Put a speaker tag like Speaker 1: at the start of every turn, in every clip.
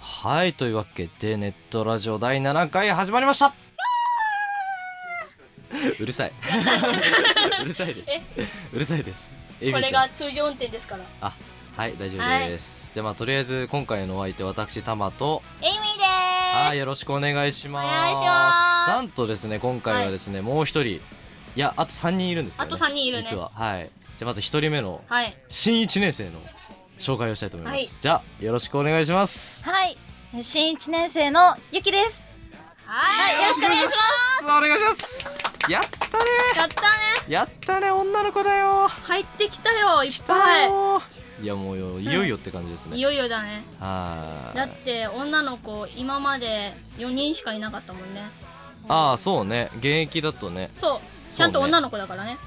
Speaker 1: はい、というわけで、ネットラジオ第7回始まりました うるさい。 うるさいです。うるさいです。エ
Speaker 2: これが通常運転ですから
Speaker 1: あ、はい、大丈夫です。じゃあまあ、とりあえず今回のお相手、私、タマと、
Speaker 2: エイミーで
Speaker 1: はい、
Speaker 2: ーす
Speaker 1: よろしくお願いします。
Speaker 2: お願いします
Speaker 1: なんとですね、今回はですね、もう一人、いや、あと3人いるんですけど、
Speaker 2: あ
Speaker 1: ね、
Speaker 2: と3人いるんです
Speaker 1: 実は。はい。じゃあまず1人目の
Speaker 2: はい
Speaker 1: 新1年生の紹介をしたいと思います。
Speaker 2: はい
Speaker 1: じゃあ、よろしくお願いします。
Speaker 3: はい、新一年生のゆきです。
Speaker 2: はいよろしくお願いします
Speaker 1: お願いします。やったね
Speaker 2: やったね
Speaker 1: やったね女の子だよ
Speaker 2: 入ってきたよいっぱい
Speaker 1: はいいやもうよいよいよって感じです
Speaker 2: い
Speaker 1: ね
Speaker 2: よいよだねだ
Speaker 1: は
Speaker 2: っ
Speaker 1: い
Speaker 2: て女の子今まで4人しかいなかったもんね
Speaker 1: ああそうね現役だとね
Speaker 2: そうちゃんと
Speaker 1: そうね
Speaker 2: 女の子だからね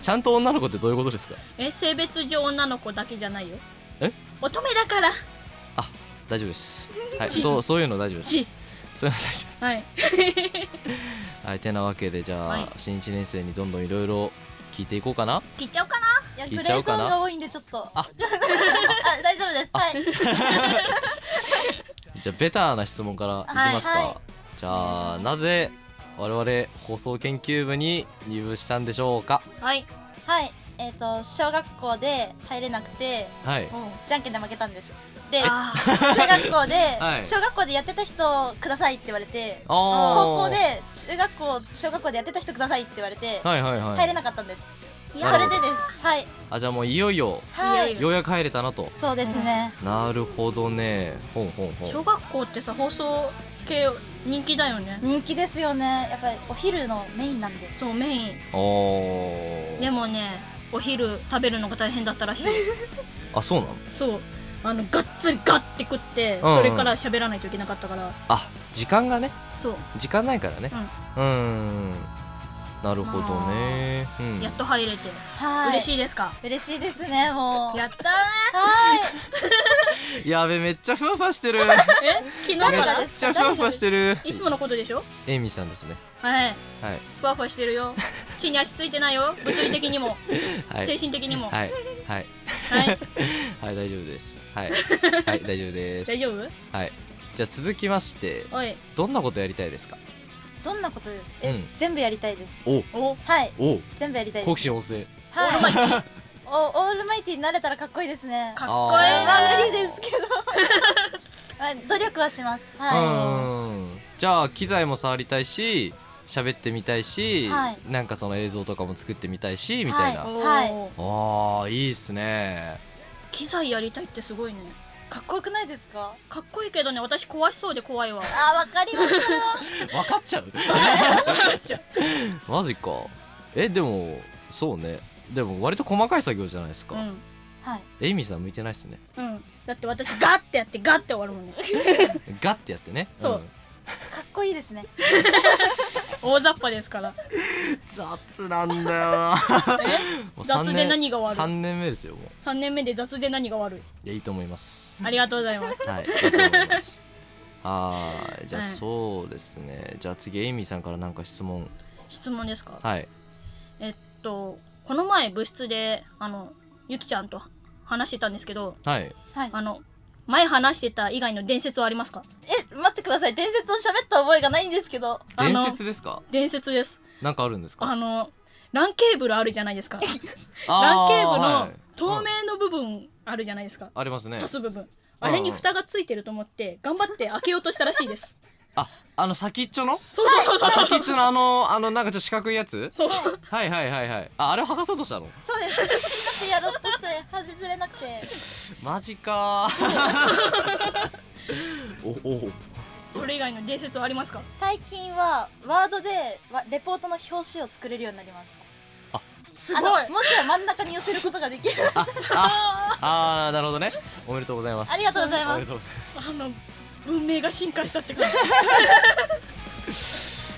Speaker 1: ちゃんと女の子ってどういうことですか
Speaker 2: え性別上女の子だけじゃないよ
Speaker 1: え
Speaker 2: 乙女だから
Speaker 1: あ大丈夫ですはいそうそういうの大丈夫です
Speaker 2: ち
Speaker 1: そういうの大丈夫です
Speaker 2: はい
Speaker 1: はいてなわけでじゃ
Speaker 2: は
Speaker 1: あ
Speaker 2: い
Speaker 1: 新1年生にどんどんいろいろ聞いていこうかな
Speaker 2: 聞いちゃおうかない
Speaker 3: や、
Speaker 1: 聞
Speaker 3: グ
Speaker 1: い
Speaker 3: レ
Speaker 1: ちゃおう
Speaker 3: ー
Speaker 1: か
Speaker 3: ゾー
Speaker 1: な
Speaker 3: ンが多いんでちょっ と。
Speaker 1: あ
Speaker 3: あ大丈夫です。はい。
Speaker 1: じゃあベターな質問からいきますか、
Speaker 3: はいはい
Speaker 1: じゃあなぜ我々放送研究部に入部したんでしょうか
Speaker 2: はい
Speaker 3: はい。えっ、と小学校で入れなくて
Speaker 1: はい
Speaker 3: じゃんけんで負けたんです。で、中
Speaker 2: あ
Speaker 3: 学校で、
Speaker 1: はい
Speaker 3: 小学校でやってた人くださいって言われて、
Speaker 1: あー
Speaker 3: 高校で中学校小学校でやってた人くださいって言われて、
Speaker 1: はいはいはい
Speaker 3: 入れなかったんです。
Speaker 2: ーい
Speaker 1: な
Speaker 3: そ
Speaker 1: る
Speaker 3: れ
Speaker 1: ほ
Speaker 3: で
Speaker 1: ど
Speaker 3: です。はい。
Speaker 1: あじゃあもういよいよ
Speaker 3: はい
Speaker 2: よ
Speaker 3: い。
Speaker 2: いよ
Speaker 1: ようやく入れたなと
Speaker 3: そうですね。
Speaker 1: なるほどねほんほんほん
Speaker 2: 小学校ってさ放送系人気だよね
Speaker 3: 人気ですよね。やっぱりお昼のメインなんで。
Speaker 2: そうメイン
Speaker 1: おー
Speaker 2: でもねお昼食べるのが大変だったらしい
Speaker 1: あそうなの
Speaker 2: そうあのがっつりガッて食って、
Speaker 1: うんうん
Speaker 2: それから喋らないといけなかったから
Speaker 1: あ時間がね
Speaker 2: そう
Speaker 1: 時間ないからねうんんなるほどねうん
Speaker 2: やっと入れて、
Speaker 3: はい。
Speaker 2: 嬉
Speaker 3: い。
Speaker 2: しいですか
Speaker 3: 嬉しいですね。もう。
Speaker 2: や
Speaker 3: は
Speaker 2: ったー
Speaker 3: い。
Speaker 1: やべめっちゃふわふわ してる
Speaker 2: え昨日か
Speaker 3: 誰が
Speaker 2: ら
Speaker 1: め
Speaker 3: で
Speaker 1: っ
Speaker 3: す
Speaker 1: ちゃふわふわしてる
Speaker 2: いつものことでしょ
Speaker 1: エミさんですね
Speaker 2: はい
Speaker 1: はい
Speaker 2: ふわふわしてるよ地に足ついてないよ物理的にも、
Speaker 1: はい
Speaker 2: 精神的にもは
Speaker 1: はいはい
Speaker 2: い、
Speaker 1: はい大丈夫ですはい はい大丈夫です
Speaker 2: 大丈夫
Speaker 1: はいじゃあ続きまして
Speaker 2: おい
Speaker 1: どんなことやりたいですか
Speaker 3: どんなことですえ、
Speaker 1: うん
Speaker 3: 全部やりたいです。
Speaker 1: お
Speaker 2: お
Speaker 3: はい、
Speaker 1: お
Speaker 3: 全部やりたいで
Speaker 1: 好
Speaker 3: す。
Speaker 1: 奇心旺盛
Speaker 3: はい、
Speaker 2: オールマイティ
Speaker 3: おオールマイティになれたらかっこいいですね。
Speaker 2: かっ
Speaker 1: あー
Speaker 2: こいい
Speaker 3: まあ無理ですけど、まあ努力 はします。は
Speaker 1: うんじゃあ機材も触りたいし喋ってみたいし、
Speaker 3: はい
Speaker 1: なんかその映像とかも作ってみたいしみたいな、
Speaker 3: は
Speaker 2: おー
Speaker 3: は
Speaker 1: あーいいっす ね
Speaker 2: 機材やりたいってすごいね
Speaker 3: い。かっこよくないですか？
Speaker 2: かっこいいけどね私壊しそうで怖 いわ
Speaker 3: あ、わかります。それは
Speaker 1: 分かっちゃうマジかえでもそうねでも割と細かい作業じゃないですか、
Speaker 2: うん
Speaker 3: はい。
Speaker 1: エイミーさん向いてないっすね
Speaker 2: うん、だって私ガッてやってガッて終わるもんね
Speaker 1: ガッてやってね
Speaker 2: そうん
Speaker 3: かっこいいですね。
Speaker 2: 大雑把ですから
Speaker 1: 雑なんだよな
Speaker 2: え
Speaker 1: もう
Speaker 2: 雑で
Speaker 1: 三年
Speaker 2: 何が悪い
Speaker 1: 三年目ですよもう
Speaker 2: 3年目で雑で何が悪い
Speaker 1: いやいいと思います
Speaker 2: ありがとうございます
Speaker 1: はい、だと思います。はーい、じゃあ
Speaker 2: はい
Speaker 1: そうですね。じゃあ次エイミーさんからなんか質問。
Speaker 2: 質問ですか
Speaker 1: はい。
Speaker 2: えっとこの前部室であのゆきちゃんと話してたんですけど
Speaker 1: はい。
Speaker 3: はい。
Speaker 2: あの前話してた以外の伝説はありますか
Speaker 3: え、待ってください。伝説を喋った覚えがないんですけど。
Speaker 2: あ
Speaker 1: 伝
Speaker 2: の
Speaker 1: 説ですか？
Speaker 2: 伝説です
Speaker 1: なんかあるんですか？
Speaker 2: あのランケーブルあるじゃないですかラン
Speaker 1: あ
Speaker 2: ケ
Speaker 1: ー
Speaker 2: ーブル
Speaker 1: はい
Speaker 2: の透
Speaker 1: うん
Speaker 2: 明の部分あるじゃないですか
Speaker 1: ありますね
Speaker 2: 刺。す部分あれに蓋がついてると思って頑張って開けようとしたらしいです
Speaker 1: あ、あの先っちょの？
Speaker 2: そうそうそう
Speaker 1: あ、
Speaker 2: そう
Speaker 1: 先っちょのあのあのなんかちょっと四角いやつ？
Speaker 2: そう
Speaker 1: はいはいはいはい。あ、あれを剥がそうとしたの？
Speaker 3: そうです。やろうとして外れなくて。
Speaker 1: マジか ー。おお。
Speaker 2: それ以外の伝説はありますか
Speaker 3: 最近はワードでわレポートの表紙を作れるようになりました。
Speaker 2: す
Speaker 3: あの文字を真ん中に寄せることができる。
Speaker 1: あ、あ、あーなるほどね。おめでとうございます。
Speaker 3: ありがとうござい
Speaker 1: お
Speaker 3: ま
Speaker 1: め
Speaker 3: す
Speaker 1: で。とうございます。
Speaker 2: あの文明が進化したって感じ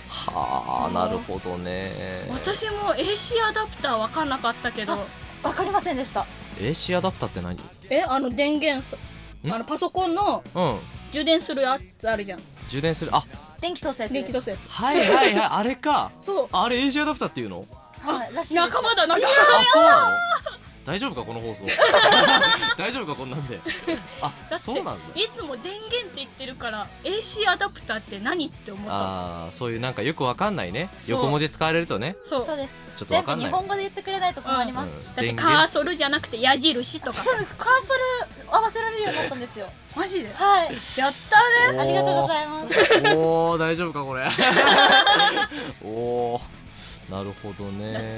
Speaker 1: はあ、なるほどね。
Speaker 2: 私も AC アダプター分かんなかったけど
Speaker 3: わかりませんでした。
Speaker 1: AC アダプターって何
Speaker 2: えあの電源さ
Speaker 1: ん
Speaker 2: あのパソコンの
Speaker 1: うん
Speaker 2: 充電するやつあるじゃん
Speaker 1: 充電するあ
Speaker 3: 電気通すやつで
Speaker 2: 電
Speaker 3: す
Speaker 2: 気通すやつ
Speaker 1: はいはいはいあれか
Speaker 2: そう
Speaker 1: あれ AC アダプターっていうの
Speaker 3: はい、らしいです
Speaker 2: 仲間だ仲間
Speaker 1: あそうなの大丈夫かこの放送 大丈夫かこんなんで
Speaker 2: だ
Speaker 1: あ
Speaker 2: って
Speaker 1: そうなんだ
Speaker 2: いつも電源って言ってるから AC アダプターって何って思った
Speaker 1: あーそういうなんかよくわかんないね
Speaker 2: そう
Speaker 1: 横文字使われるとね
Speaker 2: そう
Speaker 3: そ
Speaker 2: だ
Speaker 3: うです
Speaker 1: ちょっとわ
Speaker 3: 全
Speaker 1: か
Speaker 3: 部
Speaker 1: んな
Speaker 3: 日
Speaker 1: い
Speaker 3: 本語で言ってくれないと困りま
Speaker 1: う
Speaker 3: す、
Speaker 1: ん
Speaker 2: って
Speaker 1: 電
Speaker 2: カー
Speaker 1: 源
Speaker 2: ソルじゃなくて矢印とか
Speaker 3: そうですカーソル合わせられるようになったんですよ
Speaker 2: マジで
Speaker 3: はい
Speaker 2: やったね
Speaker 3: ありがとうございます
Speaker 1: おーおー大丈夫かこれおおなるほど
Speaker 2: だって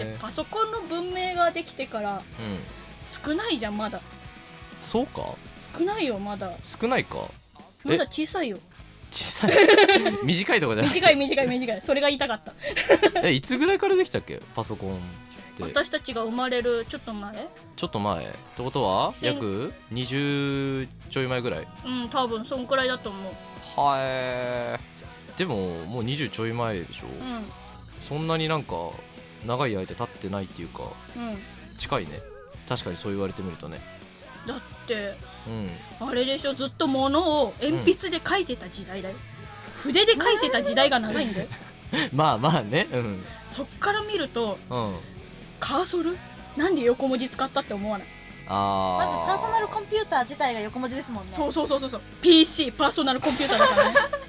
Speaker 1: ね
Speaker 2: パソコンの文明ができてから
Speaker 1: うん
Speaker 2: 少ないじゃんまだ
Speaker 1: そうか
Speaker 2: 少ないよまだ
Speaker 1: 少ないか
Speaker 2: まだ小さいよ
Speaker 1: 小さい 短いとかじゃなくて
Speaker 2: 短い短い短いそれが言いたかった
Speaker 1: えいつぐらいからできたっけパソコンって
Speaker 2: 私たちが生まれるちょっと前
Speaker 1: ちょっと前ってことは
Speaker 2: せん
Speaker 1: 約20ちょい前ぐらい
Speaker 2: うん多分そんくらいだと思う
Speaker 1: はえでももう20ちょい前でしょ、
Speaker 2: う
Speaker 1: そんなになんか長い間経ってないっていうか
Speaker 2: んうん
Speaker 1: 近いね確かにそう言われてみるとね
Speaker 2: だって
Speaker 1: うん
Speaker 2: あれでしょずっと物を鉛筆で書いてた時代だよ、筆で書いてた時代が長いんだよ
Speaker 1: まあまあねうん
Speaker 2: そっから見ると
Speaker 1: うん
Speaker 2: カーソルなんで横文字使ったって思わない
Speaker 1: あ
Speaker 3: まず
Speaker 1: ー
Speaker 3: パーソナルコンピューター自体が横文字ですもんね
Speaker 2: そうそうそうそうそう PC パーソナルコンピューターだからね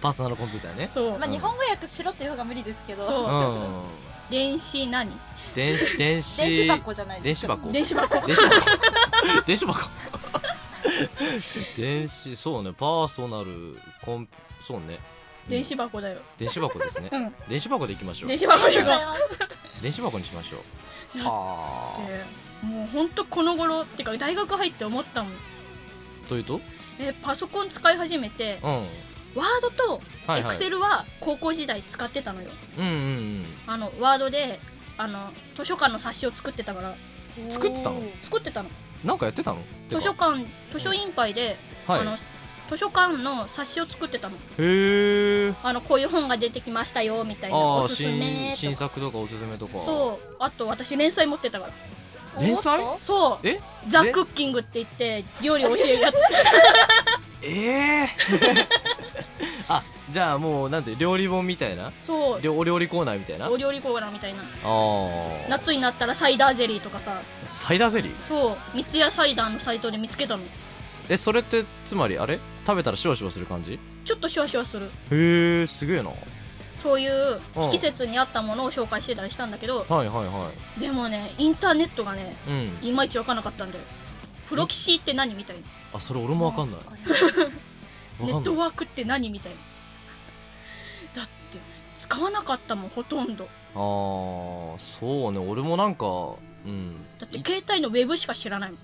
Speaker 1: パーソナルコンピューターね
Speaker 2: そう
Speaker 3: まあ、日本語訳しろっていう方が無理ですけど
Speaker 2: そう
Speaker 1: うん
Speaker 2: 電子何
Speaker 1: 電子電子
Speaker 3: 電子箱じゃないですか
Speaker 1: 電子箱
Speaker 2: 電子箱
Speaker 1: 電子箱電子箱 電子そうねパーソナルコンそうねうん
Speaker 2: 電子箱だよ
Speaker 1: 電子箱ですね
Speaker 2: うん
Speaker 1: 電子箱でいきましょう
Speaker 2: 電子箱
Speaker 3: あり
Speaker 2: で
Speaker 3: がとう
Speaker 2: も
Speaker 3: ございます
Speaker 1: 電子箱にしましょうは
Speaker 2: もうほんとこの頃ってか大学入って思ったもん
Speaker 1: あというと
Speaker 2: えパソコン使い始めて
Speaker 1: うん
Speaker 2: ワードと
Speaker 1: はい
Speaker 2: エ
Speaker 1: は
Speaker 2: ク
Speaker 1: い
Speaker 2: セルは高校時代使ってたのよ、
Speaker 1: うんうん
Speaker 2: あのワードであの図書館の冊子を作ってたから
Speaker 1: 作ってたの
Speaker 2: 作ってたの
Speaker 1: うんなんかやってたのて
Speaker 2: 図
Speaker 1: か
Speaker 2: 書館図書委員会で、
Speaker 1: はい
Speaker 2: あの図書館の冊子を作ってたの
Speaker 1: へえ
Speaker 2: あのこういう本が出てきましたよみたいな
Speaker 1: あ
Speaker 2: お
Speaker 1: あ
Speaker 2: すすめ
Speaker 1: 新新
Speaker 2: とか
Speaker 1: 作とかおすすめとか
Speaker 2: そうあと私連載持ってたから
Speaker 3: おー
Speaker 1: 連載
Speaker 3: おっと
Speaker 2: そう
Speaker 1: え
Speaker 2: ザ・
Speaker 1: で
Speaker 2: クッキングって言って料理を教えるやつ
Speaker 1: ええ あじゃあもうなんて料理本みたいな
Speaker 2: そう
Speaker 1: 料お料理コーナーみたいなあ
Speaker 2: お料理コーナーみたいな
Speaker 1: あ
Speaker 2: 夏になったらサイダーゼリーとかさ
Speaker 1: サイダーゼリー
Speaker 2: そう三ツ矢サイダーのサイトで見つけたの
Speaker 1: えそれってつまりあれ食べたらシュワシュワする感じ
Speaker 2: ちょっとシュワシュワする
Speaker 1: へえすげえなは
Speaker 2: そういう
Speaker 1: うん
Speaker 2: 季節に合ったものを紹介してたりしたんだけど
Speaker 1: いはいは
Speaker 2: でもねインターネットがね
Speaker 1: いうん
Speaker 2: いまいち分かんなかったんだよプロキシーって何みたい
Speaker 1: あそれ俺もわかんない
Speaker 2: な
Speaker 1: わ
Speaker 2: ネ
Speaker 1: か
Speaker 2: ッ
Speaker 1: んな
Speaker 2: ト
Speaker 1: い
Speaker 2: ワークって何みたいなだ って使わなかったもんほとんど
Speaker 1: あーそうね俺もなんかうん
Speaker 2: だって携帯のウェブしか知らないもん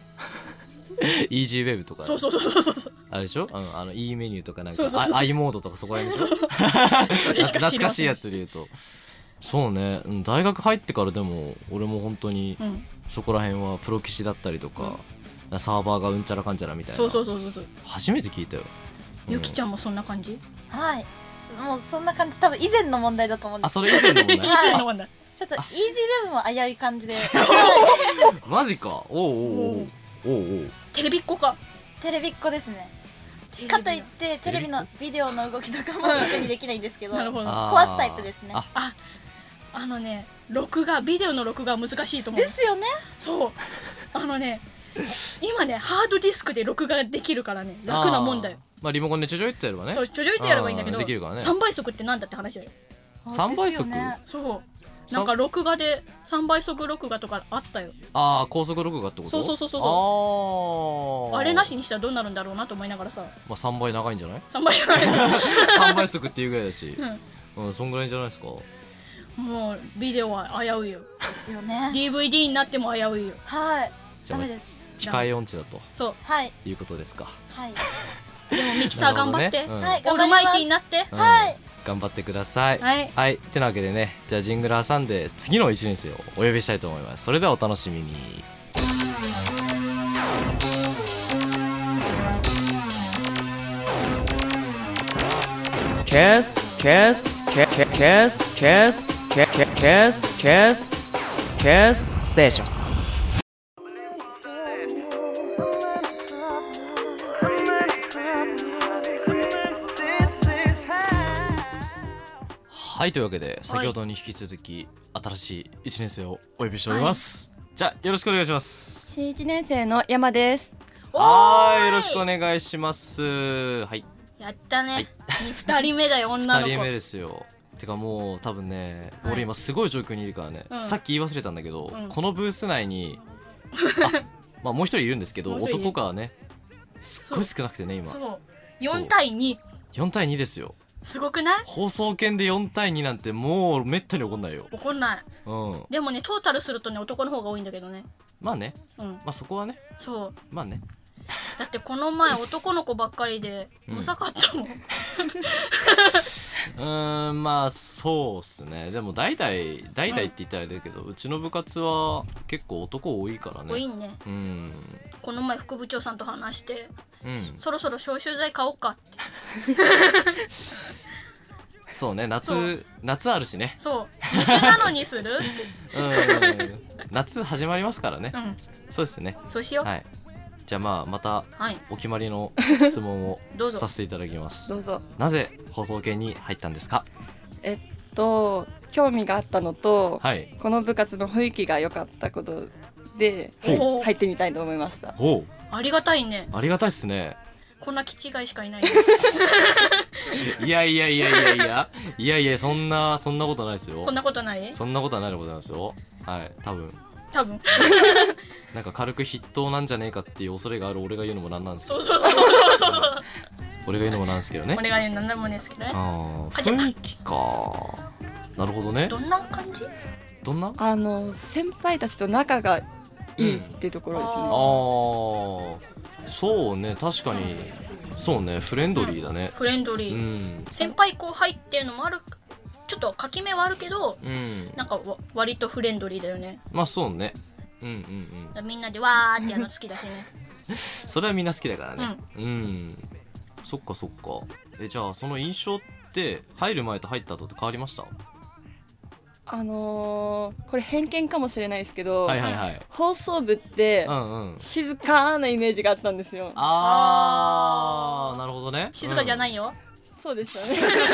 Speaker 1: イージーウェブとか
Speaker 2: そうそうそうそうそうそう
Speaker 1: あれでしょ、うん、あの E メニューとかなんか
Speaker 2: そうそうそう
Speaker 1: あ i モードとかそこら辺でしょ
Speaker 2: それしか知りません
Speaker 1: 懐かしいやつで言うとそうね、うん、大学入ってからでも俺も本当に
Speaker 2: うん
Speaker 1: そこら辺はプロ棋士だったりとか、サーバーがうんちゃらかんちゃらみたいな
Speaker 2: そうそうそうそうそう
Speaker 1: 初めて聞いたよ、う
Speaker 2: ゆきちゃんもそんな感じ
Speaker 3: はいもうそんな感じ多分以前の問題だと思うんで
Speaker 1: あ
Speaker 3: す
Speaker 1: それ以前の問題
Speaker 3: はい
Speaker 2: そうなんだ
Speaker 3: ちょっとイージーウェブも危うい感じで
Speaker 1: マジかおうおうおうおうおう
Speaker 2: テレビっ子か
Speaker 3: テレビっ子ですねかといってテレビのビデオの動きとかも特にできないんですけど
Speaker 2: なるほど
Speaker 1: あー
Speaker 3: 壊すタイプですね
Speaker 1: あ
Speaker 2: ああのね録画ビデオの録画は難しいと思う
Speaker 3: ですよね
Speaker 2: そうあのね今ねハードディスクで録画できるからね楽なもんだよ
Speaker 1: あーまあリモコンでちょちょいってやればね
Speaker 2: そうちょちょいとやればいいんだけど
Speaker 1: あーできるからね
Speaker 2: 3倍速ってなんだって話だよ
Speaker 1: 三倍速
Speaker 3: ですよね
Speaker 2: そうなんか録画で3倍速録画とかあったよ
Speaker 1: ああ高速録画ってこと
Speaker 2: そうそうそうそう
Speaker 1: あー
Speaker 2: あれなしにしたらどうなるんだろうなと思いながらさ
Speaker 1: まあ3倍長いん じゃない
Speaker 2: 3倍速
Speaker 1: 3倍速っていうぐらいだし
Speaker 2: うん
Speaker 1: うんそんぐらいじゃないですか
Speaker 2: もうビデオは危ういよ
Speaker 3: ですよね
Speaker 2: DVD になっても危ういよ
Speaker 3: はい
Speaker 1: じゃ
Speaker 3: ダ
Speaker 1: あま
Speaker 3: メ
Speaker 1: あ
Speaker 3: です
Speaker 1: 近い音痴だと
Speaker 2: そ
Speaker 3: はい
Speaker 1: いうことですか
Speaker 3: はい、
Speaker 2: うでもミキサー頑張って、
Speaker 1: なるほどね
Speaker 3: はい
Speaker 2: オー
Speaker 3: 頑張
Speaker 2: ル
Speaker 3: り
Speaker 2: マ
Speaker 3: ま
Speaker 2: イ
Speaker 3: す
Speaker 2: ティになって
Speaker 1: うん
Speaker 3: はい
Speaker 1: 頑張ってください
Speaker 2: はい
Speaker 1: はいてなわけでねじゃあジングル挟んで次の1年生をお呼びしたいと思いますそれではお楽しみに
Speaker 4: キスキスキキキスキスキキキスキスキスステーション
Speaker 1: はいというわけで先ほどに引き続き新しい1年生をお呼びしております、じゃあよろしくお願いします
Speaker 5: 新一年生の山です。
Speaker 1: はーいよろしくお願いしますはい
Speaker 2: やった
Speaker 1: は
Speaker 2: ね
Speaker 1: い
Speaker 2: 二、人目だよ女の
Speaker 1: 2
Speaker 2: 子
Speaker 1: 人目ですよてかもう多分ね、
Speaker 2: はい
Speaker 1: 俺今すごい状況にいるからね、
Speaker 2: うん
Speaker 1: さっき言い忘れたんだけど、
Speaker 2: うん
Speaker 1: このブース内 にあまあもう一人いるんですけど
Speaker 2: もう一人いる
Speaker 1: 男がねすっごい少なくてね今
Speaker 2: そう四対二
Speaker 1: 4対2ですよ
Speaker 2: すごくない
Speaker 1: 放送権で4対2なんてもうめったに起こんないよ
Speaker 2: 怒んない
Speaker 1: うん
Speaker 2: でもねトータルするとね男の方が多いんだけどね
Speaker 1: まあね
Speaker 2: うん
Speaker 1: まあそこはね
Speaker 2: そう
Speaker 1: まあね
Speaker 2: だってこの前男の子ばっかりで
Speaker 1: うん
Speaker 2: うさかったもん、
Speaker 1: うーんまあそうっすねでも代々代々って言ったらあれだけど、うちの部活は結構男多いから
Speaker 2: 多い
Speaker 1: ね
Speaker 2: ね
Speaker 1: うん
Speaker 2: この前副部長さんと話して
Speaker 1: うん
Speaker 2: そろそろ消臭剤買おうかって
Speaker 1: そうね
Speaker 2: そ
Speaker 1: 夏
Speaker 2: う
Speaker 1: 夏あるしね
Speaker 2: そう無臭なのにするって
Speaker 1: うん夏始まりますからね
Speaker 2: うん
Speaker 1: そうですね
Speaker 2: そうしよう
Speaker 1: はいじゃあまあまた
Speaker 2: はい、
Speaker 1: お決まりの質問を
Speaker 2: どうぞ
Speaker 1: させていただきます
Speaker 5: どうぞ。
Speaker 1: なぜ放送権に入ったんですか
Speaker 5: と興味があったのと、
Speaker 1: はい
Speaker 5: この部活の雰囲気が良かったことで
Speaker 1: はい
Speaker 2: おー
Speaker 5: 入ってみたいと思いました。
Speaker 1: おう
Speaker 2: ありがたいね
Speaker 1: ありがたいっすね
Speaker 2: こんな気違いしかいないです
Speaker 1: いやいやいやいやいやいやいやそんなそんなことないですよ
Speaker 2: そんなことない
Speaker 1: そんなことはないでございますよはい多分
Speaker 2: 多分
Speaker 1: なんか軽く筆頭なんじゃねえかっていう恐れがある俺が言うのもなんなんですけ
Speaker 2: そ
Speaker 1: ど
Speaker 2: うそうそうそうそうそう
Speaker 1: 俺が言うのもなんですけどね
Speaker 2: お願い何でもですけどね
Speaker 1: あー
Speaker 2: あじゃあ
Speaker 1: 雰囲気かなるほどね
Speaker 2: どんな感じ
Speaker 1: どんな
Speaker 5: あの先輩たちと仲がいいってところですね。
Speaker 2: うん
Speaker 1: あ
Speaker 2: ー
Speaker 1: ーそうね確かにそうねフレンドリーだね
Speaker 2: フレンドリ
Speaker 1: う
Speaker 2: ー、
Speaker 1: ん
Speaker 2: 先輩後輩っていうのもあるちょっと垣根はあるけど
Speaker 1: うん
Speaker 2: なんかわ割とフレンドリーだよね
Speaker 1: まあそうねうんうんうん
Speaker 2: みんなでわーってやるの好きだしね
Speaker 1: それはみんな好きだからねうん、そっかそっかえじゃあその印象って入る前と入った後って変わりました
Speaker 5: あのーこれ偏見かもしれないですけど、
Speaker 1: はいはいはい
Speaker 5: 放送部って
Speaker 1: うんうん
Speaker 5: 静かなイメージがあったんですよ。
Speaker 1: あーなるほどね、
Speaker 2: 静かじゃないいよ、
Speaker 5: そうでした ね。
Speaker 1: うん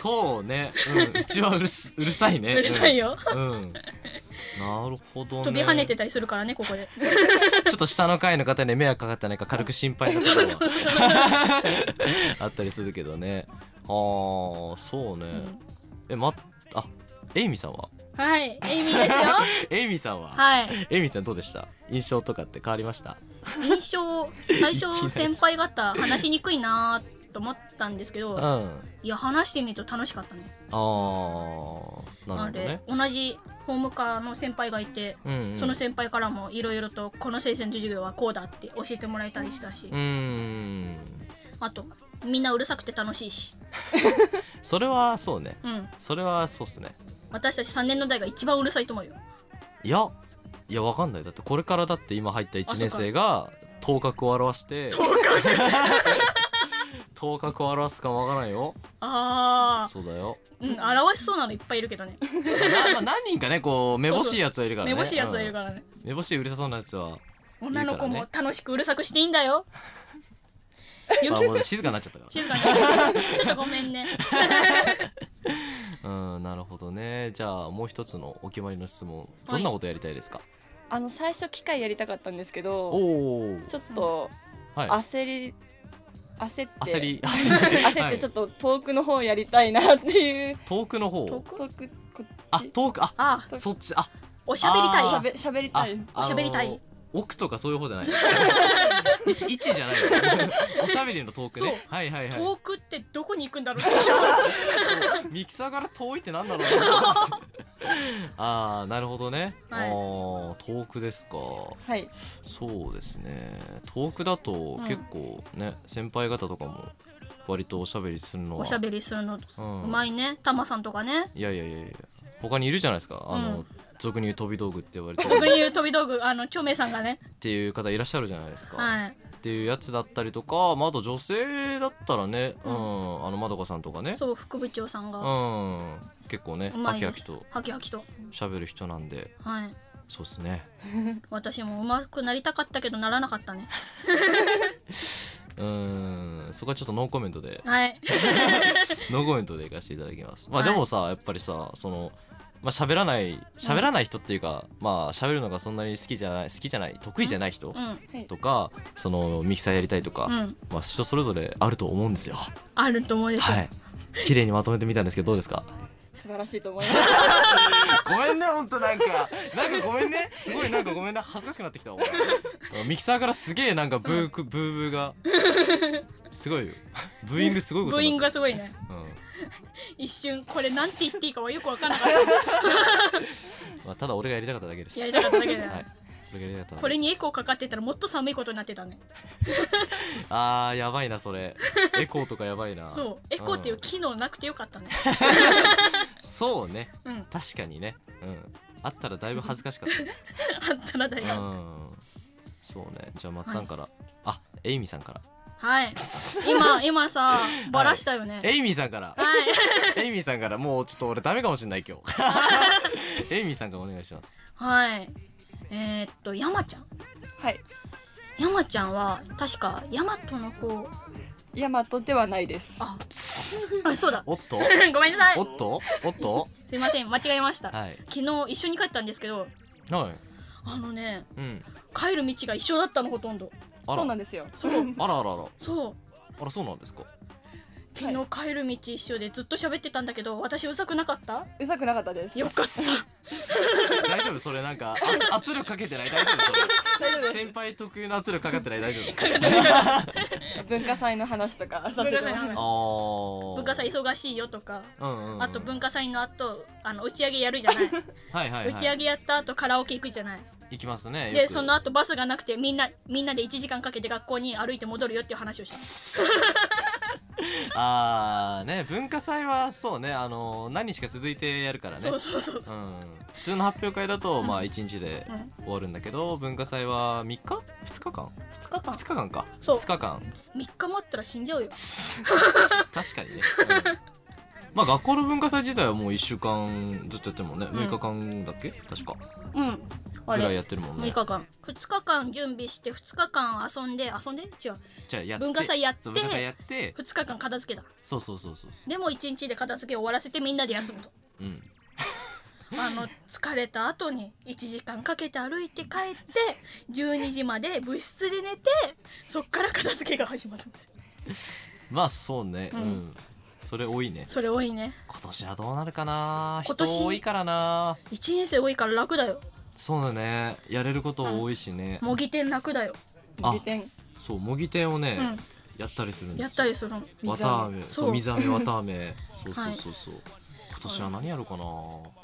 Speaker 1: そうね、うん、うちはうる すうるさいね
Speaker 2: うるさい
Speaker 1: よ、
Speaker 2: よ、
Speaker 1: うんうんなるほど、ね、
Speaker 2: 飛び跳ねてたりするからねここで
Speaker 1: ちょっと下の階の方に迷惑かかってないか軽く心配なと ころは あったりするけどねあーそうね、
Speaker 2: ん
Speaker 1: えまあエイミさんは
Speaker 2: はいエイミーですよ
Speaker 1: エイミさんは、
Speaker 2: はい
Speaker 1: エイミさんどうでした印象とかって変わりました
Speaker 2: 印象最
Speaker 1: いきなり
Speaker 2: 初先輩方話しにくいなーと思ったんですけ
Speaker 1: う
Speaker 2: ど、
Speaker 1: んあ
Speaker 2: いや話してみると楽しかったね
Speaker 1: あーなるほどね
Speaker 2: あれ同じ法務課の先輩がいて
Speaker 1: うんうん
Speaker 2: その先輩からもいろいろとこの先生の授業はこうだって教えてもらえたりしたし、
Speaker 1: うーん
Speaker 2: あとみんなうるさくて楽しいし、
Speaker 1: それはそうね
Speaker 2: うん、
Speaker 1: それはそうっすね
Speaker 2: 私たち3年の代が一番うるさいと思うよ
Speaker 1: いやいやわかんないだってこれからだって今入った1年生が頭角を表して頭角頭角を表すかもわからないよ
Speaker 2: ああ
Speaker 1: そうだよ
Speaker 2: うん表しそうなのいっぱいいるけどね
Speaker 1: まあまあ何人かねこうめぼしいやつはいるからね
Speaker 2: めぼしいやつはいるから
Speaker 1: う
Speaker 2: ね、
Speaker 1: んめぼしいうるさそうなやつは
Speaker 2: 女の子
Speaker 1: いい
Speaker 2: も
Speaker 1: か
Speaker 2: 楽しくうるさくしていいん だよゆ
Speaker 1: あ
Speaker 2: き
Speaker 1: もう静かになっちゃったか
Speaker 2: 静かに ちょっとごめんね
Speaker 1: らうんなるほどねじゃあもう一つのお決まりの質問
Speaker 2: い
Speaker 1: どんなことやりたいですか、
Speaker 5: あの最初機械やりたかったんですけど、
Speaker 1: おお
Speaker 5: ちょっと
Speaker 1: はい
Speaker 5: 焦り、焦って
Speaker 1: 焦 り
Speaker 5: 焦ってちょ
Speaker 1: っ
Speaker 5: っと遠くの方やりたいなって いう、
Speaker 1: と遠くの方
Speaker 2: 遠く
Speaker 5: 遠くこ
Speaker 1: あ遠くあ
Speaker 2: ああ
Speaker 1: そっちあ
Speaker 2: おしゃべりたい
Speaker 1: あ
Speaker 5: し
Speaker 1: ー
Speaker 5: ゃべしゃべりた
Speaker 1: あ
Speaker 5: い
Speaker 1: あのー
Speaker 2: おしゃべりたい
Speaker 1: 奥とかそういう方じ ゃない一一じゃないおしゃべりの遠くねはいはいはい
Speaker 2: 遠くってどこに行くんだろう
Speaker 1: ミキサーから遠いって なんだろうなああなるほどね、あ
Speaker 2: はい
Speaker 1: あー遠くですか
Speaker 5: はい
Speaker 1: そうですね遠くだと
Speaker 2: うん
Speaker 1: 結構ね、先輩方とかも割とおしゃべりするのは
Speaker 2: おしゃべりするの
Speaker 1: う
Speaker 2: うんまいねタマさんとかね
Speaker 1: いやいやいやいや他にいるじゃないですかあの、
Speaker 2: うん
Speaker 1: 俗に言う飛び道具って言われて
Speaker 2: 僕
Speaker 1: る
Speaker 2: に言う飛び道具あの著名さんがね
Speaker 1: っていう方いらっしゃるじゃないですか、
Speaker 2: はい
Speaker 1: っていうやつだったりとか、まあ、あと女性だったらね、う
Speaker 2: うんん
Speaker 1: あのまどかさんとかね
Speaker 2: そう副部長さん
Speaker 1: う
Speaker 2: が
Speaker 1: ん結構ね
Speaker 2: うま
Speaker 1: あき
Speaker 2: いで
Speaker 1: あ
Speaker 2: す
Speaker 1: きと
Speaker 2: ハキハキと
Speaker 1: しゃべる人なんで
Speaker 2: はい
Speaker 1: そうですね
Speaker 2: 私もうまくなりたかったけどならなかったね
Speaker 1: うーんそこはちょっとノーコメントで
Speaker 2: はい
Speaker 1: ノーコメントでいかせていただきますまあ
Speaker 2: はい
Speaker 1: でもさ、やっぱりさそのまあ喋らない喋らない人っていうか、まあ喋るのがそんなに好きじゃない好きじゃない得意じゃない人
Speaker 2: うん
Speaker 1: とか、そのミキサーやりたいとか、
Speaker 2: うん
Speaker 1: まあ人それぞれあると思うんですよ。
Speaker 2: あると思うでしょ、
Speaker 1: はい。綺麗にまとめてみたんですけどどうですか。
Speaker 5: 素晴らしいと思います。
Speaker 1: ごめんね本当なんかなんかごめんねすごいなんかごめんね恥ずかしくなってきたわ俺ミキサーからすげえなんかブークブーブーがすごいよブーイングすごいこと
Speaker 2: ブーイン
Speaker 1: に
Speaker 2: グ
Speaker 1: なっ
Speaker 2: が
Speaker 1: て
Speaker 2: すごいね
Speaker 1: るうん
Speaker 2: 一瞬これなんて言っていいかはよくわからなかっ
Speaker 1: まあただ俺がやりたかっただけです
Speaker 2: たやりたかっただけだよ、
Speaker 1: はい俺がやりたかっただけです
Speaker 2: これにエコーかかってたらもっと寒いことになってたね
Speaker 1: あーやばいなそれエコーとかやばいな
Speaker 2: そうエコーっていうん機能なくてよかったね
Speaker 1: そうね
Speaker 2: うん
Speaker 1: 確かにねうんあったらだいぶ恥ずかしかっ
Speaker 2: あったらだ
Speaker 1: たう
Speaker 2: よ
Speaker 1: んそうねじゃあ松さんから、あエイミーさんから
Speaker 2: はい今今さバラしたよね、
Speaker 1: エイミーさん から
Speaker 2: はい
Speaker 1: エイミーさんからもうちょっと俺ダメかもしれない今 日エイミーさんからお願いします
Speaker 2: はい。えーっと、山ちゃん。
Speaker 5: はい。
Speaker 2: 山ちゃんは、確か、ヤマトの方。
Speaker 5: ヤマトではないです。
Speaker 2: あ、あそうだ。
Speaker 1: おっと
Speaker 2: ごめんなさ
Speaker 1: お
Speaker 2: い。
Speaker 1: っとおっと
Speaker 2: すいません、間違えました。
Speaker 1: はい
Speaker 2: 昨日、一緒に帰ったんですけど、
Speaker 1: はい
Speaker 2: あのね、
Speaker 1: うん
Speaker 2: 帰る道が一緒だったの、ほとんど。
Speaker 1: あ
Speaker 5: そ
Speaker 1: ら
Speaker 5: うなんですよ。
Speaker 1: あらあらあら
Speaker 2: そう。
Speaker 1: あらそうなんですか
Speaker 2: 昨日、帰る道一緒でずっと喋ってたんだけど、私、うざくなかった
Speaker 5: うざくなかったです。
Speaker 2: よかった。
Speaker 1: 大丈夫それなんかあ圧力かけてない大丈夫
Speaker 5: 大丈
Speaker 1: それ先輩特有の圧力かかってない大丈夫
Speaker 5: 夫。文化祭の話とかさせ
Speaker 2: 文
Speaker 5: ても
Speaker 2: 化祭
Speaker 5: らっ
Speaker 2: の話。
Speaker 1: ああ
Speaker 2: 文化祭忙しいよとか。
Speaker 1: うんうんうん
Speaker 2: あと文化祭の後あの打ち上げやるじゃない、
Speaker 1: はいはいはい
Speaker 2: 打ち上げやった後カラオケ行くじゃない
Speaker 1: 行きますねよ
Speaker 2: で
Speaker 1: く
Speaker 2: その後バスがなくてみんなみんなで1時間かけて学校に歩いて戻るよっていう話をした
Speaker 1: ああね文化祭はそうねあの何日か続いてやるからね
Speaker 2: そうそうそう
Speaker 1: うん、普通の発表会だと、まあ1日で
Speaker 2: うん
Speaker 1: 終わるんだけど文化祭は3日 ?2 日間
Speaker 2: 2日間
Speaker 1: 2日間か
Speaker 2: そう
Speaker 1: 2日間
Speaker 2: 3日待ったら死んじゃうよ
Speaker 1: 確かにね、うんまあ学校の文化祭自体はもう1週間ずっとやってるもんね、
Speaker 2: ん
Speaker 1: 6日間だっけ確か
Speaker 2: うん
Speaker 1: ぐ
Speaker 2: あ
Speaker 1: らい
Speaker 2: れ
Speaker 1: やってるもんね
Speaker 2: 6日間2日間準備して2日間遊んで遊んで違う
Speaker 1: じゃあやって
Speaker 2: 文化祭やって
Speaker 1: そう文化祭やって
Speaker 2: 2日間片付けた
Speaker 1: そうそうそうそうそ
Speaker 2: でも1日で片付け終わらせてみんなで休むと
Speaker 1: ううん
Speaker 2: あの疲れた後に1時間かけて歩いて帰って12時まで部室で寝てそっから片付けが始まる
Speaker 1: まあそうねう、
Speaker 2: うんん
Speaker 1: それ多いね
Speaker 2: それ多いね
Speaker 1: 今年はどうなるかな
Speaker 2: 今年
Speaker 1: 人多いからな
Speaker 2: 1年生多いから楽だよ
Speaker 1: そうだねやれること多いしね、
Speaker 2: 模擬店楽だよ、
Speaker 1: あ
Speaker 5: て。利点。
Speaker 1: そう模擬店をね、
Speaker 2: うん
Speaker 1: やったりするんですよ
Speaker 2: やったりするの
Speaker 5: 水
Speaker 1: 綿あ
Speaker 5: 飴
Speaker 1: めそう
Speaker 2: そう
Speaker 1: 水あめ綿あ めそうそう
Speaker 2: はい
Speaker 1: そうそう、今年は何やろうかな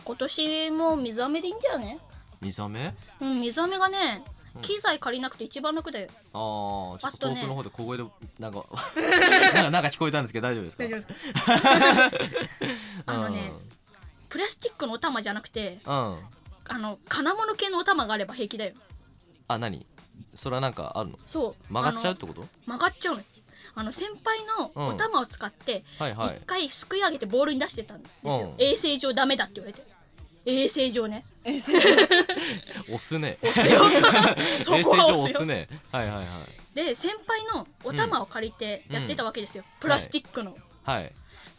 Speaker 2: 今年も水飴でいいんじゃね
Speaker 1: 水あめ
Speaker 2: うん水飴がね
Speaker 1: うん
Speaker 2: 機材借りなくて一番楽だよ
Speaker 1: あーちょっ
Speaker 2: あ
Speaker 1: と
Speaker 2: と
Speaker 1: 遠
Speaker 2: ね
Speaker 1: くの方で小声でなん かなんかなんか聞こえたんですけど大丈夫ですか
Speaker 2: 夫ですかあのねプラスチックのお玉じゃなくて
Speaker 1: うん、うん、
Speaker 2: あの金物系のお玉があれば平気だよ
Speaker 1: あ何それはなんかあるの
Speaker 2: そう
Speaker 1: 曲がっちゃう
Speaker 2: あ
Speaker 1: ってこと
Speaker 2: の曲がっちゃうのよあの先輩のお玉を使って
Speaker 1: はいは
Speaker 2: 一
Speaker 1: い
Speaker 2: 回すくい上げてボールに出してたんですよ、
Speaker 1: うん
Speaker 2: 衛生上ダメだって言われて衛生上ね
Speaker 1: 押すね
Speaker 2: 押す よそ
Speaker 1: 衛生
Speaker 2: こは
Speaker 1: 上
Speaker 2: 押
Speaker 1: 押
Speaker 2: すよ
Speaker 1: すねはいはいはい
Speaker 2: で先輩のお玉を借りてやってたわけですよ、プラスチックの、
Speaker 1: はい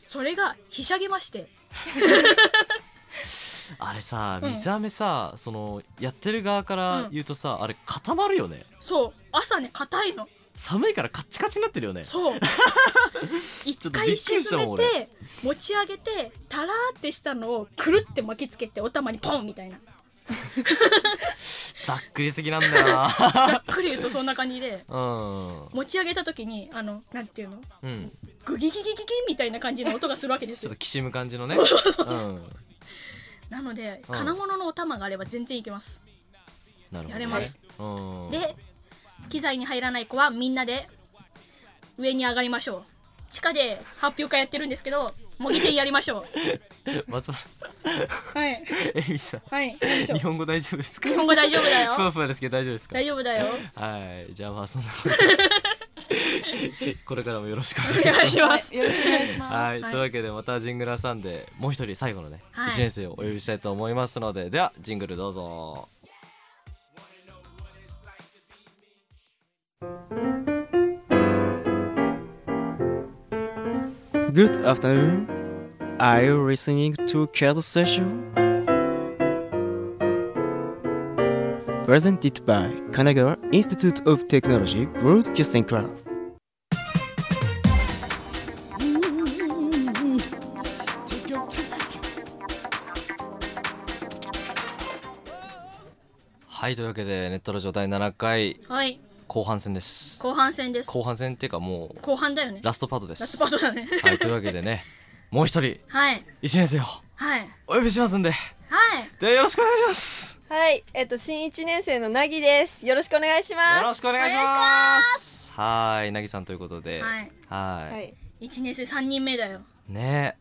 Speaker 2: それがひしゃげまして
Speaker 1: あれさ
Speaker 2: うん
Speaker 1: 水あめさ、そのやってる側から言うとさ、あれ固まるよね
Speaker 2: そう朝ね硬いの
Speaker 1: 寒いからカッチカチになってるよね
Speaker 2: そ う
Speaker 1: ちょ
Speaker 2: 一
Speaker 1: っとびっ
Speaker 2: 回
Speaker 1: くりした
Speaker 2: 沈
Speaker 1: もん
Speaker 2: めて持ち上げてタラーってしたのをくるって巻きつけてお玉にポンみたいな
Speaker 1: ざっくりすぎなんだよな
Speaker 2: ざっくり言うとそんな感じで
Speaker 1: うん
Speaker 2: 持ち上げた時にあのなんていうの
Speaker 1: うん
Speaker 2: グギギギギギみたいな感じの音がするわけで
Speaker 1: ち
Speaker 2: す
Speaker 1: ょっ
Speaker 2: よ
Speaker 1: ときしむ感じのね。うん。
Speaker 2: なので
Speaker 1: うん
Speaker 2: 金物のお玉があれば全然いけます
Speaker 1: なるほど、ね。
Speaker 2: やれます。
Speaker 1: うん。
Speaker 2: で機材に入らない子はみんなで上に上がりましょう地下で発表会やってるんですけど模擬店やりましょ
Speaker 1: 松原
Speaker 2: うはい
Speaker 1: えみさん、
Speaker 2: はい
Speaker 1: 日本語大丈夫ですか
Speaker 2: 日？本語大丈夫だ
Speaker 1: ふわ
Speaker 2: よ
Speaker 1: ふわですけど大丈夫ですか？
Speaker 2: 大丈夫だよ
Speaker 1: はい。じゃあまあそんなこと でこれからもよろしくお願いし
Speaker 2: お
Speaker 1: ます。
Speaker 2: 願いします
Speaker 5: よろしくお願いします。
Speaker 1: はい、
Speaker 2: はい
Speaker 1: というわけでまたジングル挟んでもう一人最後のね、
Speaker 2: はい
Speaker 1: 1年生をお呼びしたいと思いますのでではジングルどうぞ
Speaker 4: Good afternoon. Are you listening to Kaz Session? presented by Kanagawa Institute of Technology Broadcasting Club.
Speaker 1: はいというわけでネットの状態7回
Speaker 2: はい
Speaker 1: 後半戦です
Speaker 2: 後半戦です
Speaker 1: 後半戦っていうかもう
Speaker 2: 後半だよね
Speaker 1: ラストパートで
Speaker 2: ラス
Speaker 1: す
Speaker 2: トパートだね
Speaker 1: はいというわけでねもう一人
Speaker 2: はい
Speaker 1: 1年生を
Speaker 2: はい
Speaker 1: お呼びしますんで
Speaker 2: はい
Speaker 1: でよろしくお願いします
Speaker 6: はい、えっと新一年生のなぎです。よろしくお願いします。
Speaker 1: よろしくお願いしますはーいなぎさんということでは
Speaker 2: はいい1年生三人目だよ
Speaker 1: ね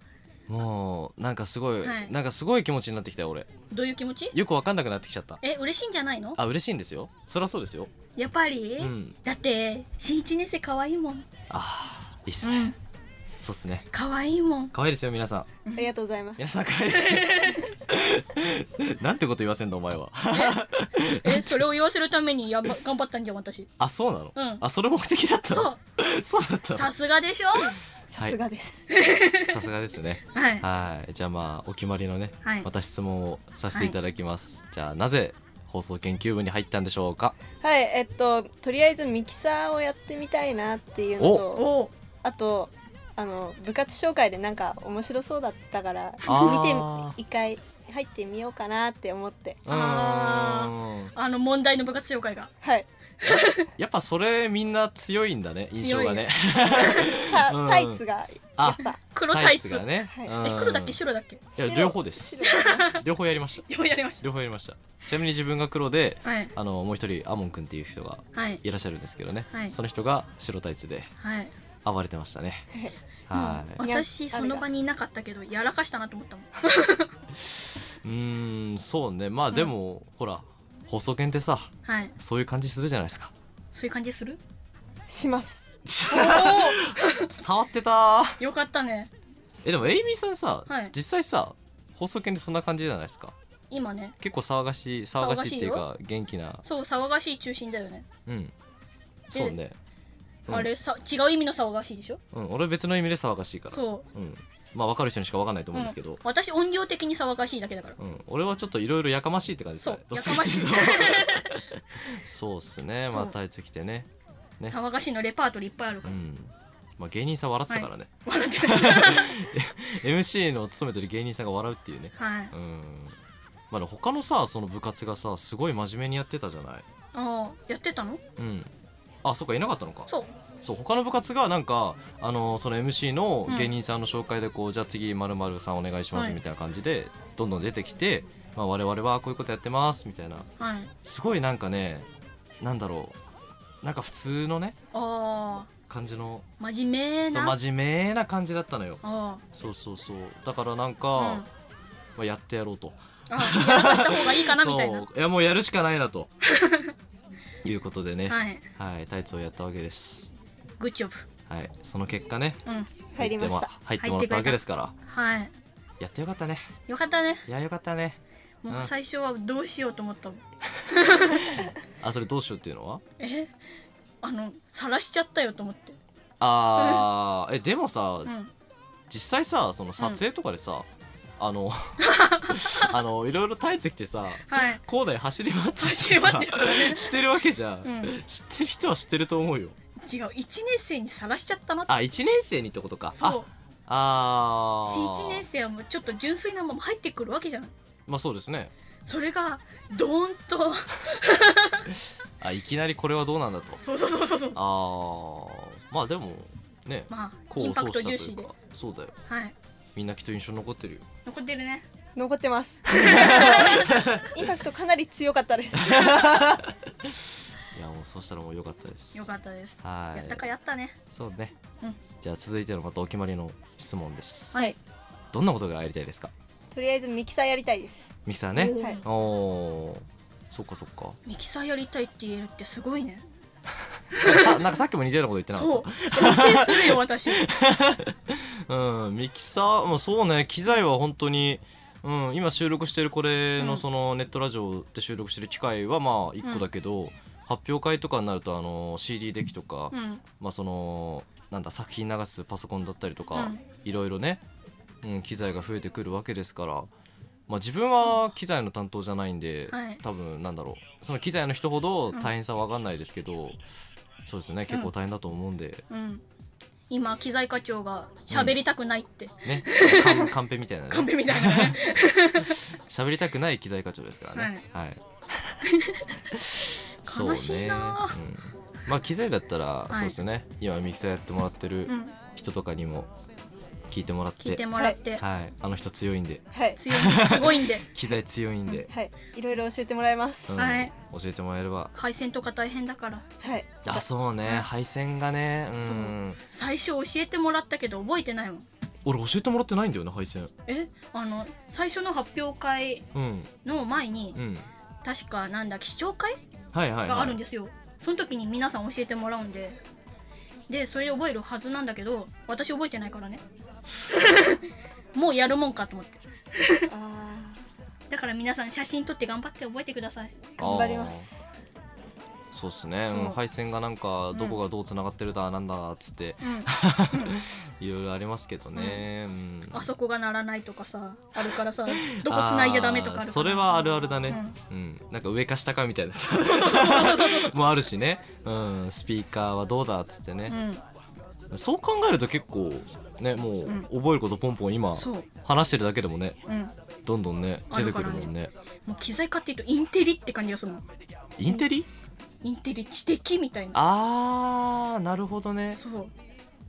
Speaker 1: もうなんかすごい、
Speaker 2: はい
Speaker 1: なんかすごい気持ちになってきたよ俺
Speaker 2: どういう気持ち
Speaker 1: よくわかんなくなってきちゃった
Speaker 2: え嬉しいんじゃないの
Speaker 1: あ嬉しいんですよそりゃそうですよ
Speaker 2: やっぱり、
Speaker 1: うん
Speaker 2: だって新一年生可愛いもん
Speaker 1: あーいいっすね、
Speaker 2: うん
Speaker 1: そうっすね
Speaker 2: 可愛いもん
Speaker 1: 可愛いですよ皆さん
Speaker 6: ありがとうございます。
Speaker 1: 皆さん可愛いですよなんてこと言わせんだお前は
Speaker 2: えそれを言わせるためにやば頑張ったんじゃん私
Speaker 1: あそうなの、
Speaker 2: うん
Speaker 1: あそれ目的だった
Speaker 2: そ
Speaker 1: のそうだった
Speaker 2: う
Speaker 1: の
Speaker 2: さすがでしょ
Speaker 1: は
Speaker 6: さ
Speaker 1: い
Speaker 6: すがです。
Speaker 1: さすがですね
Speaker 2: はい
Speaker 1: はいじゃあまあお決まりのね、
Speaker 2: はい
Speaker 1: また質問をさせていただきます、じゃあなぜ放送研究部に入ったんでしょうか
Speaker 6: はい、えっととりあえずミキサーをやってみたいなっていうのと、
Speaker 2: お
Speaker 6: あとあの部活紹介でなんか面白そうだったから
Speaker 1: あー
Speaker 6: 見て一回入ってみようかなって思って。
Speaker 1: うーん
Speaker 2: あの問題の部活紹介が
Speaker 6: はい。
Speaker 1: やっぱそれみんな強いんだね印象がね
Speaker 6: た
Speaker 1: うん
Speaker 6: タイツがやっ
Speaker 1: あ
Speaker 6: ぱ
Speaker 2: 黒タイツ
Speaker 1: がね、
Speaker 6: はい
Speaker 1: うん
Speaker 2: え黒だっけ白だっけ
Speaker 1: いや両方です両方やりました
Speaker 2: ようやりまし
Speaker 1: 両方やりましたちなみに自分が黒で
Speaker 2: たはい
Speaker 1: あのもう一人アモンくんっていう人が
Speaker 2: はい
Speaker 1: いらっしゃるんですけどね、
Speaker 2: はい
Speaker 1: その人が白タイツで
Speaker 2: はい
Speaker 1: 暴れてましたねは
Speaker 2: もう私その場にいなかったけどやらかしたなと思ったもん
Speaker 1: いうーんそうねまあでも、ほら放送研ってさ
Speaker 2: はい
Speaker 1: そういう感じするじゃないです か
Speaker 2: そういう感じする
Speaker 6: します。
Speaker 1: 伝わってたー
Speaker 2: よかったね
Speaker 1: えでもエイミーさんさ、
Speaker 2: はい
Speaker 1: 実際さ放送研ってそんな感じじゃないですか
Speaker 2: 今ね
Speaker 1: 結構騒がしい騒がしいっていう
Speaker 2: 騒
Speaker 1: か元気な
Speaker 2: そう騒がしい中心だよね
Speaker 1: うんそうね、うん
Speaker 2: あれさ違う意味の騒がしいでしょ
Speaker 1: うん、俺別の意味で騒がしいから、
Speaker 2: そう
Speaker 1: ん、まあ分かる人にしか分かんないと
Speaker 2: う
Speaker 1: 思うんですけど、
Speaker 2: 私音量的に騒がしいだけだから
Speaker 1: うん俺はちょっといろいろやかましいって感じですね
Speaker 2: そう
Speaker 1: どっちかってうと
Speaker 2: やか
Speaker 1: そうっすねまあ
Speaker 2: そう
Speaker 1: タイツ着てねね
Speaker 2: 騒がしいのレパートリーいっぱいある
Speaker 1: う
Speaker 2: から
Speaker 1: んまあ芸人さん笑ってたからね、
Speaker 2: 笑ってた
Speaker 1: MC の務めてる芸人さんが笑うっていうね
Speaker 2: はい
Speaker 1: うんまあでも他のさその部活がさすごい真面目にやってたじゃない
Speaker 2: ああやってたの
Speaker 1: うんあそっかいなかったのか
Speaker 2: そう
Speaker 1: そう他の部活がなんかあのその MC の芸人さんの紹介でこう、じゃあ次まるさんお願いします
Speaker 2: はい
Speaker 1: みたいな感じでどんどん出てきて、まあ、我々はこういうことやってますみたいな
Speaker 2: はい
Speaker 1: すごいなんかねなんだろうなんか普通のね
Speaker 2: ああ
Speaker 1: 感じの
Speaker 2: 真面目
Speaker 1: そう
Speaker 2: な
Speaker 1: 真面目な感じだったのよ
Speaker 2: あ
Speaker 1: そうそうそうだからなんか、
Speaker 2: あうん
Speaker 1: まあ、やってやろうと
Speaker 2: ああやらかした方がいいかなみたいな
Speaker 1: そういやもうやるしかないな ということでね、
Speaker 2: はい
Speaker 1: はい、タイツをやったわけです
Speaker 2: グッジョブ
Speaker 1: はいその結果ね
Speaker 2: うん
Speaker 6: 入りました。
Speaker 1: 入っても入ってもらったわけですから
Speaker 2: はい
Speaker 1: やってよかったね
Speaker 2: よかったね
Speaker 1: いやよかったね
Speaker 2: も
Speaker 1: う
Speaker 2: うん最初はどうしようと思ったもん
Speaker 1: あそれどうしようっていうの は
Speaker 2: えあの晒しちゃったよと思って
Speaker 1: あーえでもさ、
Speaker 2: うん
Speaker 1: 実際さその撮影とかでさ、あ のあのいろいろタイツ着てさ
Speaker 2: はい
Speaker 1: 校内走り回って
Speaker 2: 走り回ってるか
Speaker 1: 知ってるわけじゃん、
Speaker 2: うん違う
Speaker 1: 知ってる人は知ってると思うよ
Speaker 2: 1年生に晒しちゃったなって
Speaker 1: あ1年生にってことか
Speaker 2: そう
Speaker 1: ああ
Speaker 2: し1年生はもうちょっと純粋なまま入ってくるわけじゃない
Speaker 1: まあそうですね
Speaker 2: それがドーンと
Speaker 1: あいきなりこれはどうなんだと
Speaker 2: そうそうそうそうそう
Speaker 1: あーまあでもね
Speaker 2: まあイ
Speaker 1: 功
Speaker 2: ン
Speaker 1: を
Speaker 2: パ
Speaker 1: 奏した
Speaker 2: クト
Speaker 1: とい
Speaker 2: 重
Speaker 1: う
Speaker 2: 視で
Speaker 1: かそうだよ
Speaker 2: はい
Speaker 1: みんなきっと印象に残ってるよ
Speaker 2: 残ってるね
Speaker 6: 残って ます。インパクトかなり強かったです。
Speaker 1: いやもうそうしたらもう良かったです
Speaker 2: よかったです
Speaker 1: はい
Speaker 2: やったかやったね
Speaker 1: そうね、
Speaker 2: うん
Speaker 1: じゃあ続いてのまたお決まりの質問です、
Speaker 6: はい。
Speaker 1: どんなことがやりたいですか
Speaker 6: とりあえずミキサーやりたいです。
Speaker 1: ミキサーね
Speaker 6: はい。
Speaker 1: おおーそっかそっか
Speaker 2: ミキサーやりたいって言えるってすごいね
Speaker 1: なんかさ なんかさっきも似たようなこと言ってなか
Speaker 2: そ
Speaker 1: っ
Speaker 2: う尊敬する よ私
Speaker 1: たうんミキサーもうそうね機材は本当にうん、今収録してるこれ
Speaker 2: う
Speaker 1: の
Speaker 2: ん
Speaker 1: そのネットラジオで収録してる機械はまあ1個だけど、発表会とかになるとあの CD デッキとか、
Speaker 2: うん
Speaker 1: まあそのなんだ作品流すパソコンだったりとか、
Speaker 2: うん
Speaker 1: いろいろね、うん、機材が増えてくるわけですからまあ、自分は機材の担当じゃないんで、
Speaker 2: はい
Speaker 1: 多分なんだろうその機材の人ほど大変さは分かんないですけど、そうですね結構大変だと思うんで、
Speaker 2: うん今機材課長が喋りたくないって、
Speaker 1: ねカンカンペみたいな
Speaker 2: カン
Speaker 1: ね
Speaker 2: ペみたいなね
Speaker 1: 喋りたくない機材課長ですからねはい、 そう
Speaker 2: 悲しいな
Speaker 1: ねうん、まあ機材だったら、
Speaker 2: い
Speaker 1: そうですね今ミキサーやってもらってる
Speaker 2: うん
Speaker 1: 人とかにも聞いてもらって
Speaker 2: 聞いてもらって、
Speaker 1: はいあの人強いんで
Speaker 6: はい
Speaker 2: 強いんですごい んで
Speaker 1: 機材強いんで、
Speaker 6: はいいろいろ教えてもらいます、
Speaker 1: うん
Speaker 2: はい
Speaker 1: 教えてもらえれば
Speaker 2: 配線とか大変だから
Speaker 6: はい
Speaker 1: あそうね配線がねう
Speaker 2: そうん最初教えてもらったけど覚えてないもん
Speaker 1: 俺教えてもらってないんだよね配線
Speaker 2: えあの最初の発表会
Speaker 1: うん
Speaker 2: の前に、
Speaker 1: うん
Speaker 2: 確かなんだ視聴会
Speaker 1: はいはい、
Speaker 2: が
Speaker 1: は
Speaker 2: あるん
Speaker 1: い、
Speaker 2: ですよ、その時に皆さん教えてもらうんででそれで覚えるはずなんだけど私覚えてないか らねもうやるもんかと思って
Speaker 6: あ
Speaker 2: だから皆さん写真撮って頑張って覚えてください
Speaker 6: ー頑張ります
Speaker 1: そうっすね
Speaker 2: そう
Speaker 1: うん配線がなんかどこがどうつながってるだなんだっつって
Speaker 2: うん
Speaker 1: いろいろありますけどね、うん
Speaker 2: あそこが鳴らないとかさあるから さどこ繋いじゃダメとかあるから
Speaker 1: あーそれはあるあるだね、うんなんか上か下かみたいなさ もあるしね、うん、スピーカーはどうだっつって
Speaker 2: う
Speaker 1: ね、
Speaker 2: ん
Speaker 1: そう考えると結構ねもう覚えることポンポン今
Speaker 2: そう
Speaker 1: 話してるだけでもね
Speaker 2: うん
Speaker 1: どんどんね
Speaker 2: あ
Speaker 1: 出て
Speaker 2: る
Speaker 1: く
Speaker 2: から
Speaker 1: る
Speaker 2: ね
Speaker 1: もんね
Speaker 2: もう機材化っていうとインテリって感じがするの
Speaker 1: インテリ
Speaker 2: インテリ知的みたいな
Speaker 1: あーなるほどね
Speaker 2: そう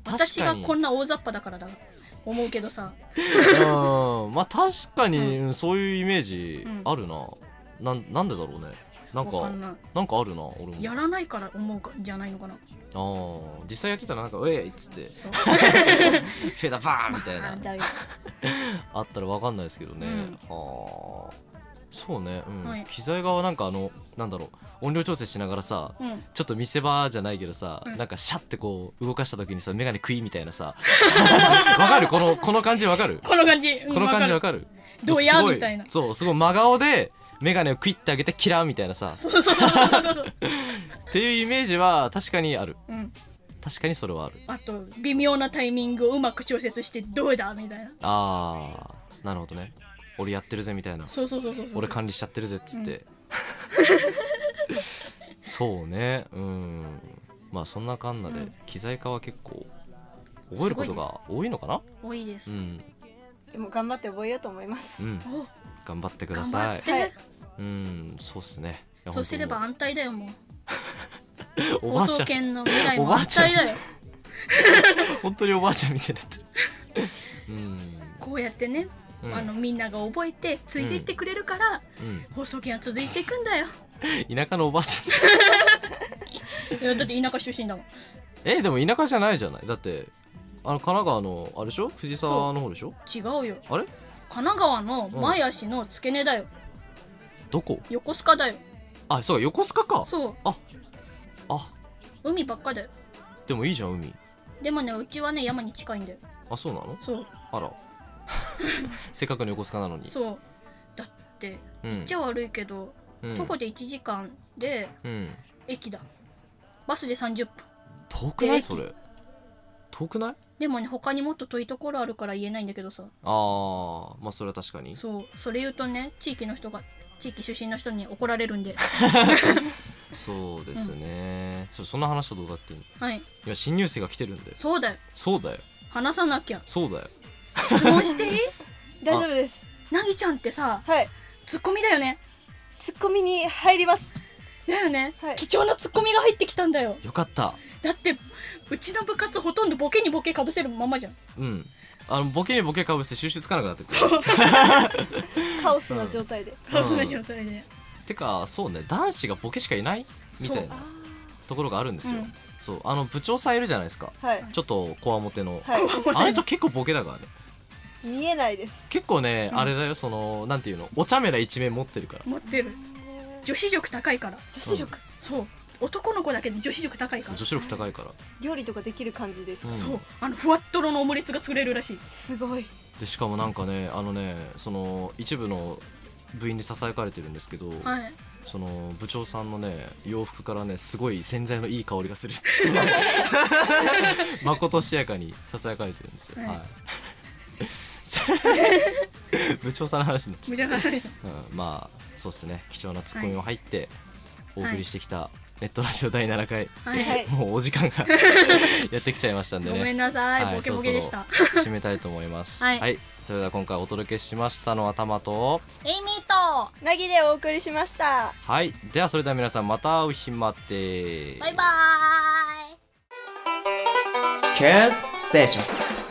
Speaker 1: 確
Speaker 2: 私
Speaker 1: か
Speaker 2: が
Speaker 1: に
Speaker 2: こんな大雑把だからだ思うけどさ
Speaker 1: うんまあ確かにうんそういうイメージ
Speaker 2: うん
Speaker 1: あるな、なんなんでだろうねなんか
Speaker 2: わかんない
Speaker 1: なんかあるな俺も
Speaker 2: やらないから思うかじゃないのかな
Speaker 1: あー実際やってたらなんか「ウェイ!」っつ って
Speaker 2: そう
Speaker 1: フェダーバーンみたいな
Speaker 2: あ だよ
Speaker 1: あったらわかんないですけどね、
Speaker 2: うん
Speaker 1: はあそうね、うん
Speaker 2: はい
Speaker 1: 機材側はなんかあのなんだろう音量調整しながらさ
Speaker 2: うん
Speaker 1: ちょっと見せ場じゃないけどさ、
Speaker 2: うん
Speaker 1: なんかシャッてこう動かした時にさメガネクイみたいなさ わかるこのこの感じわかる
Speaker 2: この感じうん
Speaker 1: この感じわ
Speaker 2: わか
Speaker 1: かる
Speaker 2: るドヤ
Speaker 1: すご
Speaker 2: みたいな
Speaker 1: そうすごい真顔でメガネをクイってあげてキラーみたいなさ
Speaker 2: そうそうそうそうそうそう
Speaker 1: っていうイメージは確かにある
Speaker 2: うん
Speaker 1: 確かにそれはある
Speaker 2: あと微妙なタイミングをうまく調節してどうだみたいな
Speaker 1: あーなるほどね俺やってるぜみたいな
Speaker 2: そうそうそうそうそう
Speaker 1: 俺管理しちゃってるぜっつって、そうねうんまあそんなかんなで、
Speaker 2: うん
Speaker 1: 機材化は結構覚えることが多いのかな
Speaker 2: 多いです、
Speaker 1: うん
Speaker 6: でも頑張って覚えようと思います、
Speaker 1: うん
Speaker 2: お
Speaker 1: 頑張ってくだ
Speaker 2: 頑
Speaker 1: さ
Speaker 2: 張
Speaker 1: い
Speaker 2: って、
Speaker 6: はい
Speaker 1: うんそうっすねいや
Speaker 2: そうすれば
Speaker 1: 本
Speaker 2: 安泰だよも
Speaker 1: 当
Speaker 2: う
Speaker 1: におば
Speaker 2: 放
Speaker 1: あち
Speaker 2: 送
Speaker 1: ゃん
Speaker 2: 権の未来
Speaker 1: お
Speaker 2: も
Speaker 1: ばあ
Speaker 2: 安
Speaker 1: ちゃん
Speaker 2: 泰だよ
Speaker 1: 本当におばあちゃんみたいにな ってるうん
Speaker 2: こうやってね、
Speaker 1: うん
Speaker 2: あのみんなが覚えてついていってくれるから、
Speaker 1: うん
Speaker 2: 放送権は続いていくんだよ
Speaker 1: 田舎のおばあちゃんじゃん
Speaker 2: いやだって田舎出身だもん
Speaker 1: えでも田舎じゃないじゃないだってあの神奈川のあれでしょ藤沢の方でしょ
Speaker 2: 違うよ
Speaker 1: あれ
Speaker 2: 神奈川の前足の付け根だよ、
Speaker 1: どこ
Speaker 2: 横須賀だよ
Speaker 1: あそうか横須賀か
Speaker 2: そう
Speaker 1: あ
Speaker 2: 海ばっかだよ
Speaker 1: でもいいじゃん海
Speaker 2: でもねうちはね山に近いんだよ
Speaker 1: あそうなの
Speaker 2: そう
Speaker 1: あ らせっかくの横須賀なのに
Speaker 2: そうだって
Speaker 1: うん
Speaker 2: じゃ悪いけど、
Speaker 1: うん
Speaker 2: 徒歩で1時間で
Speaker 1: うん
Speaker 2: 駅だバスで30分
Speaker 1: 遠くないそれ遠くない
Speaker 2: でもね他にもっと遠いところあるから言えないんだけどさ
Speaker 1: あーまあそれは確かに
Speaker 2: そうそれ言うとね地域の人が地域出身の人に怒られる んで
Speaker 1: そうですね、そうそんな話はどうだっていいの
Speaker 2: はい
Speaker 1: 今新入生が来てるんで
Speaker 2: そうだよ
Speaker 1: そうだよ
Speaker 2: 話さなきゃ
Speaker 1: そうだよ
Speaker 2: 質問し ていい
Speaker 6: 大丈夫です
Speaker 2: なぎちゃんってさ
Speaker 6: はい
Speaker 2: ツッコミだよね
Speaker 6: ツッコミに入ります
Speaker 2: だよね、
Speaker 6: はい
Speaker 2: 貴重なツッコミが入ってきたんだよ
Speaker 1: よかった
Speaker 2: だってうちの部活ほとんどボケにボケかぶせるままじゃん
Speaker 1: うんあのボケにボケかぶせて収集つかなくなってくる
Speaker 6: カオスな状態で、
Speaker 2: カオスな状態で、
Speaker 1: てかそうね男子がボケしかいないみたい
Speaker 6: あ
Speaker 1: なところがあるんですよ、
Speaker 2: うん
Speaker 1: そうあの部長さんいるじゃないですか
Speaker 6: ーはい
Speaker 1: ちょっとこわもての、
Speaker 6: は
Speaker 1: あれと結構ボケだからね
Speaker 6: い見えないです
Speaker 1: 結構ね、あれだよそのなんていうのお茶目な一面持ってるから
Speaker 2: 持ってる女子力高いから
Speaker 6: 女子力、
Speaker 2: そう男の子だけど女子力高いから
Speaker 1: 女子力高いから、
Speaker 6: 料理とかできる感じですか、
Speaker 1: うん
Speaker 2: そうあのふわっとろのオムレツが作れるらしい
Speaker 6: すごい
Speaker 1: でしかもなんかねあのねその一部の部員にささやかれてるんですけど、
Speaker 2: はい
Speaker 1: その部長さんのね洋服からねすごい洗剤のいい香りがする ってまことしやかにささやかれてるんですよ、
Speaker 2: は
Speaker 1: はいいさ 部長さんの話になっちゃ
Speaker 2: 無茶がない。
Speaker 1: う、うん、まあそうですね貴重なツッコミも入ってお送りしてきたネットラジオ第7回、
Speaker 2: はい。
Speaker 1: もうお時間 がやってきちゃいましたんで
Speaker 2: ごめ
Speaker 1: ね
Speaker 2: んなさ
Speaker 1: はい
Speaker 2: い。ボケボケでした。
Speaker 1: 締めたいと思います
Speaker 2: はい
Speaker 1: それでは今回お届けしましたのはたまと
Speaker 2: エイミーと
Speaker 6: なぎでお送りしました
Speaker 1: はいではそれでは皆さんまた会う日まで
Speaker 2: バイバーイ。
Speaker 4: Cast Station.